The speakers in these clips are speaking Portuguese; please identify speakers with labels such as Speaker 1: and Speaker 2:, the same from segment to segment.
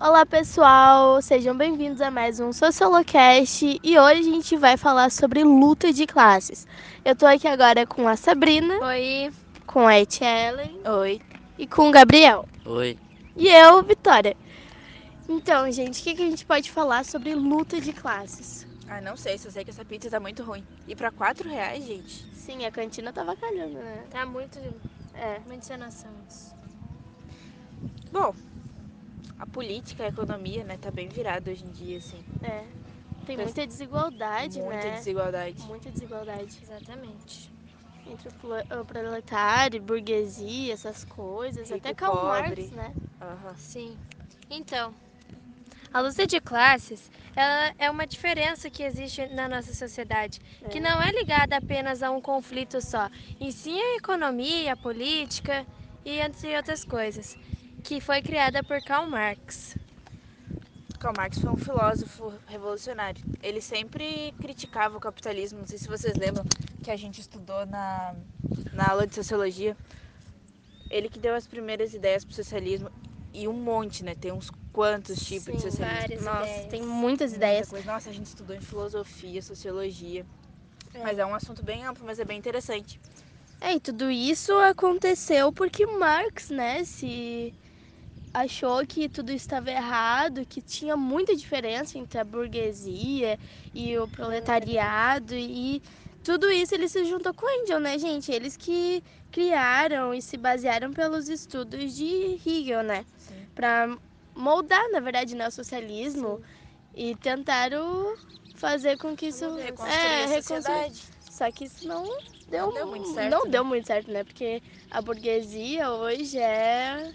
Speaker 1: Olá, pessoal! Sejam bem-vindos a mais um Sociolocast e hoje a gente vai falar sobre luta de classes. Eu tô aqui agora com a Sabrina,
Speaker 2: Oi.
Speaker 1: com a Etiellen
Speaker 2: Oi.
Speaker 1: e com o Gabriel.
Speaker 3: Oi.
Speaker 1: E eu, Vitória. Então, gente, o que, que a gente pode falar sobre luta de classes?
Speaker 2: Ah, não sei, só sei que essa pizza tá muito ruim. E pra 4 reais, gente?
Speaker 1: Sim, a cantina tava calhando, né?
Speaker 4: Tá muito,
Speaker 1: É.
Speaker 4: muito sem noção isso.
Speaker 2: Bom, a política, a economia, né, tá bem virada hoje em dia, assim.
Speaker 1: É. Tem
Speaker 2: Mas-
Speaker 1: muita desigualdade,
Speaker 2: Muita
Speaker 1: né?
Speaker 2: desigualdade.
Speaker 1: Muita desigualdade
Speaker 4: Exatamente.
Speaker 1: entre o pla- o proletário, burguesia, essas coisas,
Speaker 2: Rico,
Speaker 1: até Karl
Speaker 2: pobre.
Speaker 1: Marx, né?
Speaker 2: Aham.
Speaker 4: Sim. Então, a luta de classes ela é uma diferença que existe na nossa sociedade, que não é ligada apenas a um conflito só, e sim a economia, a política e entre outras coisas, que foi criada por Karl Marx.
Speaker 2: Karl Marx foi um filósofo revolucionário. Ele sempre criticava o capitalismo. Não sei se vocês lembram que a gente estudou na, na aula de sociologia. Ele que deu as primeiras ideias pro socialismo. E um monte, né? Tem uns quantos tipos de
Speaker 1: Sim,
Speaker 2: socialismo.
Speaker 4: várias
Speaker 1: Nossa,
Speaker 4: ideias.
Speaker 1: tem muitas
Speaker 2: Muita
Speaker 1: ideias.
Speaker 2: coisa. Nossa, a gente estudou em filosofia, sociologia. Mas é um assunto bem amplo, mas é bem interessante.
Speaker 1: É, e tudo isso aconteceu porque Marx, né, se achou que tudo estava errado, que tinha muita diferença entre a burguesia e o proletariado e tudo isso ele se juntou com o Engel, né, gente? Eles que criaram e se basearam pelos estudos de Hegel, né?
Speaker 2: Sim.
Speaker 1: Para moldar, na verdade, né, o socialismo e tentaram fazer com que isso é
Speaker 2: Reconstruir a
Speaker 1: reconstruir.
Speaker 2: sociedade.
Speaker 1: Só que isso não deu,
Speaker 2: Não deu muito certo,
Speaker 1: Não
Speaker 2: né?
Speaker 1: deu muito certo, né? Porque a burguesia hoje é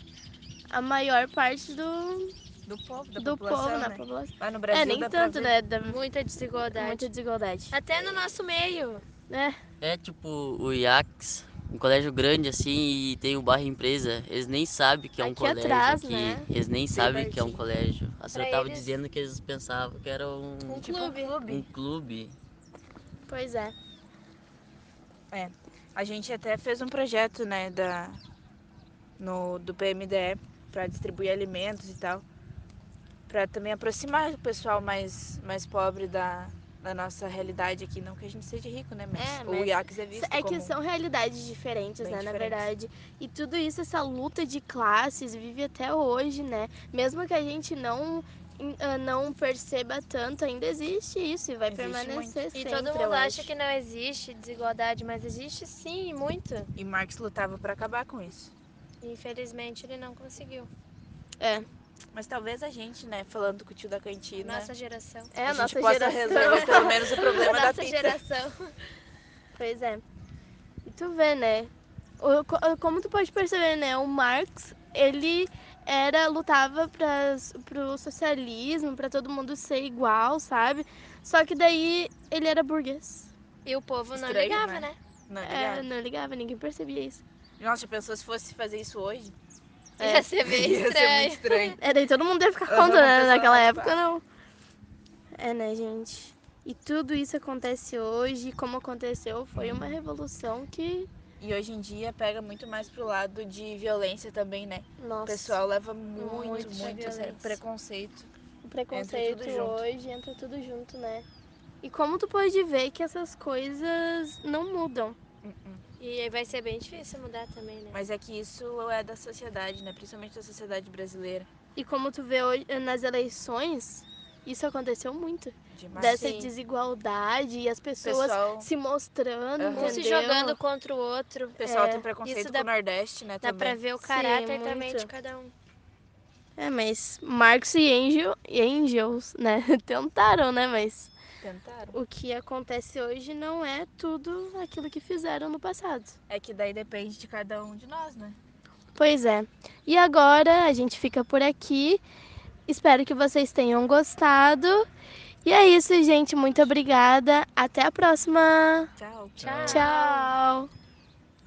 Speaker 1: a maior parte do,
Speaker 2: Do povo, da
Speaker 1: do
Speaker 2: população,
Speaker 1: povo na
Speaker 2: né?
Speaker 1: população.
Speaker 2: Mas no Brasil
Speaker 1: É, nem
Speaker 2: dá pra
Speaker 1: tanto,
Speaker 2: ver.
Speaker 1: né? Da
Speaker 4: Muita desigualdade.
Speaker 1: muita desigualdade.
Speaker 4: Até no nosso meio.
Speaker 1: né
Speaker 3: É tipo o IACS, um colégio grande assim e tem o bairro empresa. Eles nem sabem que é um
Speaker 1: Aqui
Speaker 3: colégio
Speaker 1: atrás,
Speaker 3: aqui.
Speaker 1: né?
Speaker 3: Eles nem sabem que é um
Speaker 2: pertinho.
Speaker 3: colégio. A senhora
Speaker 4: Pra
Speaker 3: tava
Speaker 4: eles-
Speaker 3: dizendo que eles pensavam que era um,
Speaker 4: Um
Speaker 2: Tipo um
Speaker 4: clube.
Speaker 2: clube.
Speaker 3: um clube.
Speaker 1: Pois é.
Speaker 2: A gente até fez um projeto, né, da, no, do PMDE para distribuir alimentos e tal. Para também aproximar o pessoal mais, mais pobre da, da nossa realidade aqui. Não que a gente seja rico, né? Mas,
Speaker 1: É,
Speaker 2: o
Speaker 1: mas
Speaker 2: IACS é visto
Speaker 1: É
Speaker 2: como...
Speaker 1: que são realidades diferentes,
Speaker 2: Bem
Speaker 1: né, na
Speaker 2: diferentes.
Speaker 1: verdade. E tudo isso, essa luta de classes, vive até hoje, né? Mesmo que a gente não em- ah, não perceba tanto, ainda existe isso e vai
Speaker 2: Existe
Speaker 1: permanecer
Speaker 4: E
Speaker 1: sempre.
Speaker 4: todo
Speaker 1: eu
Speaker 4: mundo acha
Speaker 1: acho.
Speaker 4: que não existe desigualdade, mas existe sim, e muito.
Speaker 2: E Marx lutava para acabar com isso.
Speaker 4: Infelizmente ele não conseguiu.
Speaker 2: Mas talvez a gente, né, falando com o tio da cantina,
Speaker 4: Nossa geração.
Speaker 1: é
Speaker 2: a
Speaker 1: a
Speaker 2: gente
Speaker 1: nossa
Speaker 2: possa
Speaker 1: geração.
Speaker 2: resolver pelo menos o problema da
Speaker 4: nossa
Speaker 2: pizza.
Speaker 4: geração.
Speaker 1: Pois é. E tu vê, né? O- co- Como tu pode perceber, né? O Marx, ele era lutava para pro socialismo, para todo mundo ser igual, sabe? Só que daí ele era burguês.
Speaker 4: E o povo não
Speaker 2: Estranho,
Speaker 4: ligava,
Speaker 2: né?
Speaker 4: né?
Speaker 2: Não,
Speaker 1: É,
Speaker 2: ligado?
Speaker 1: não ligava, ninguém percebia isso.
Speaker 4: É.
Speaker 2: Nossa, já pensou se fosse fazer isso hoje?
Speaker 1: É.
Speaker 4: Ia ser bem
Speaker 2: Ia ser
Speaker 4: estranho.
Speaker 2: muito estranho.
Speaker 1: É, daí todo mundo ia ficar
Speaker 2: Aham,
Speaker 1: contra, né?
Speaker 2: pessoal,
Speaker 1: Naquela
Speaker 2: tipo,
Speaker 1: época, não. É, né, gente? E tudo isso acontece hoje, e como aconteceu, foi uma revolução que.
Speaker 2: E hoje em dia pega muito mais pro lado de violência também, né? O
Speaker 1: Nossa,
Speaker 2: pessoal leva muito,
Speaker 1: Muito
Speaker 2: muito,
Speaker 4: pra
Speaker 2: a sério
Speaker 4: violência.
Speaker 2: preconceito.
Speaker 1: o preconceito
Speaker 2: tudo junto.
Speaker 1: hoje entra tudo junto, né? E como tu pode ver que essas coisas não mudam?
Speaker 4: E aí vai ser bem difícil mudar também, né?
Speaker 2: Mas é que isso é da sociedade, né? Principalmente da sociedade brasileira.
Speaker 1: E como tu vê hoje, nas eleições, isso aconteceu muito.
Speaker 2: Demais.
Speaker 1: Dessa
Speaker 4: Sim.
Speaker 1: desigualdade e as
Speaker 2: o
Speaker 1: pessoas
Speaker 2: pessoal, Uhum.
Speaker 1: se mostrando,
Speaker 2: Aham.
Speaker 4: Um se
Speaker 1: entendeu?
Speaker 4: jogando contra o outro.
Speaker 2: o pessoal
Speaker 1: é,
Speaker 2: tem preconceito
Speaker 4: isso dá-
Speaker 2: com o Nordeste, né?
Speaker 4: Dá
Speaker 2: também.
Speaker 4: pra ver o
Speaker 1: Sim,
Speaker 4: caráter também
Speaker 1: muito.
Speaker 4: de cada um.
Speaker 1: É, mas Marx e Angel, e Angels, né? Tentaram, né? Mas
Speaker 2: Tentaram.
Speaker 1: o que acontece hoje não é tudo aquilo que fizeram no passado.
Speaker 2: É que daí depende de cada um de nós, né?
Speaker 1: Pois é. E agora a gente fica por aqui. Espero que vocês tenham gostado. E é isso, gente. Muito obrigada. Até a próxima.
Speaker 2: Tchau.
Speaker 4: Tchau.
Speaker 1: Tchau.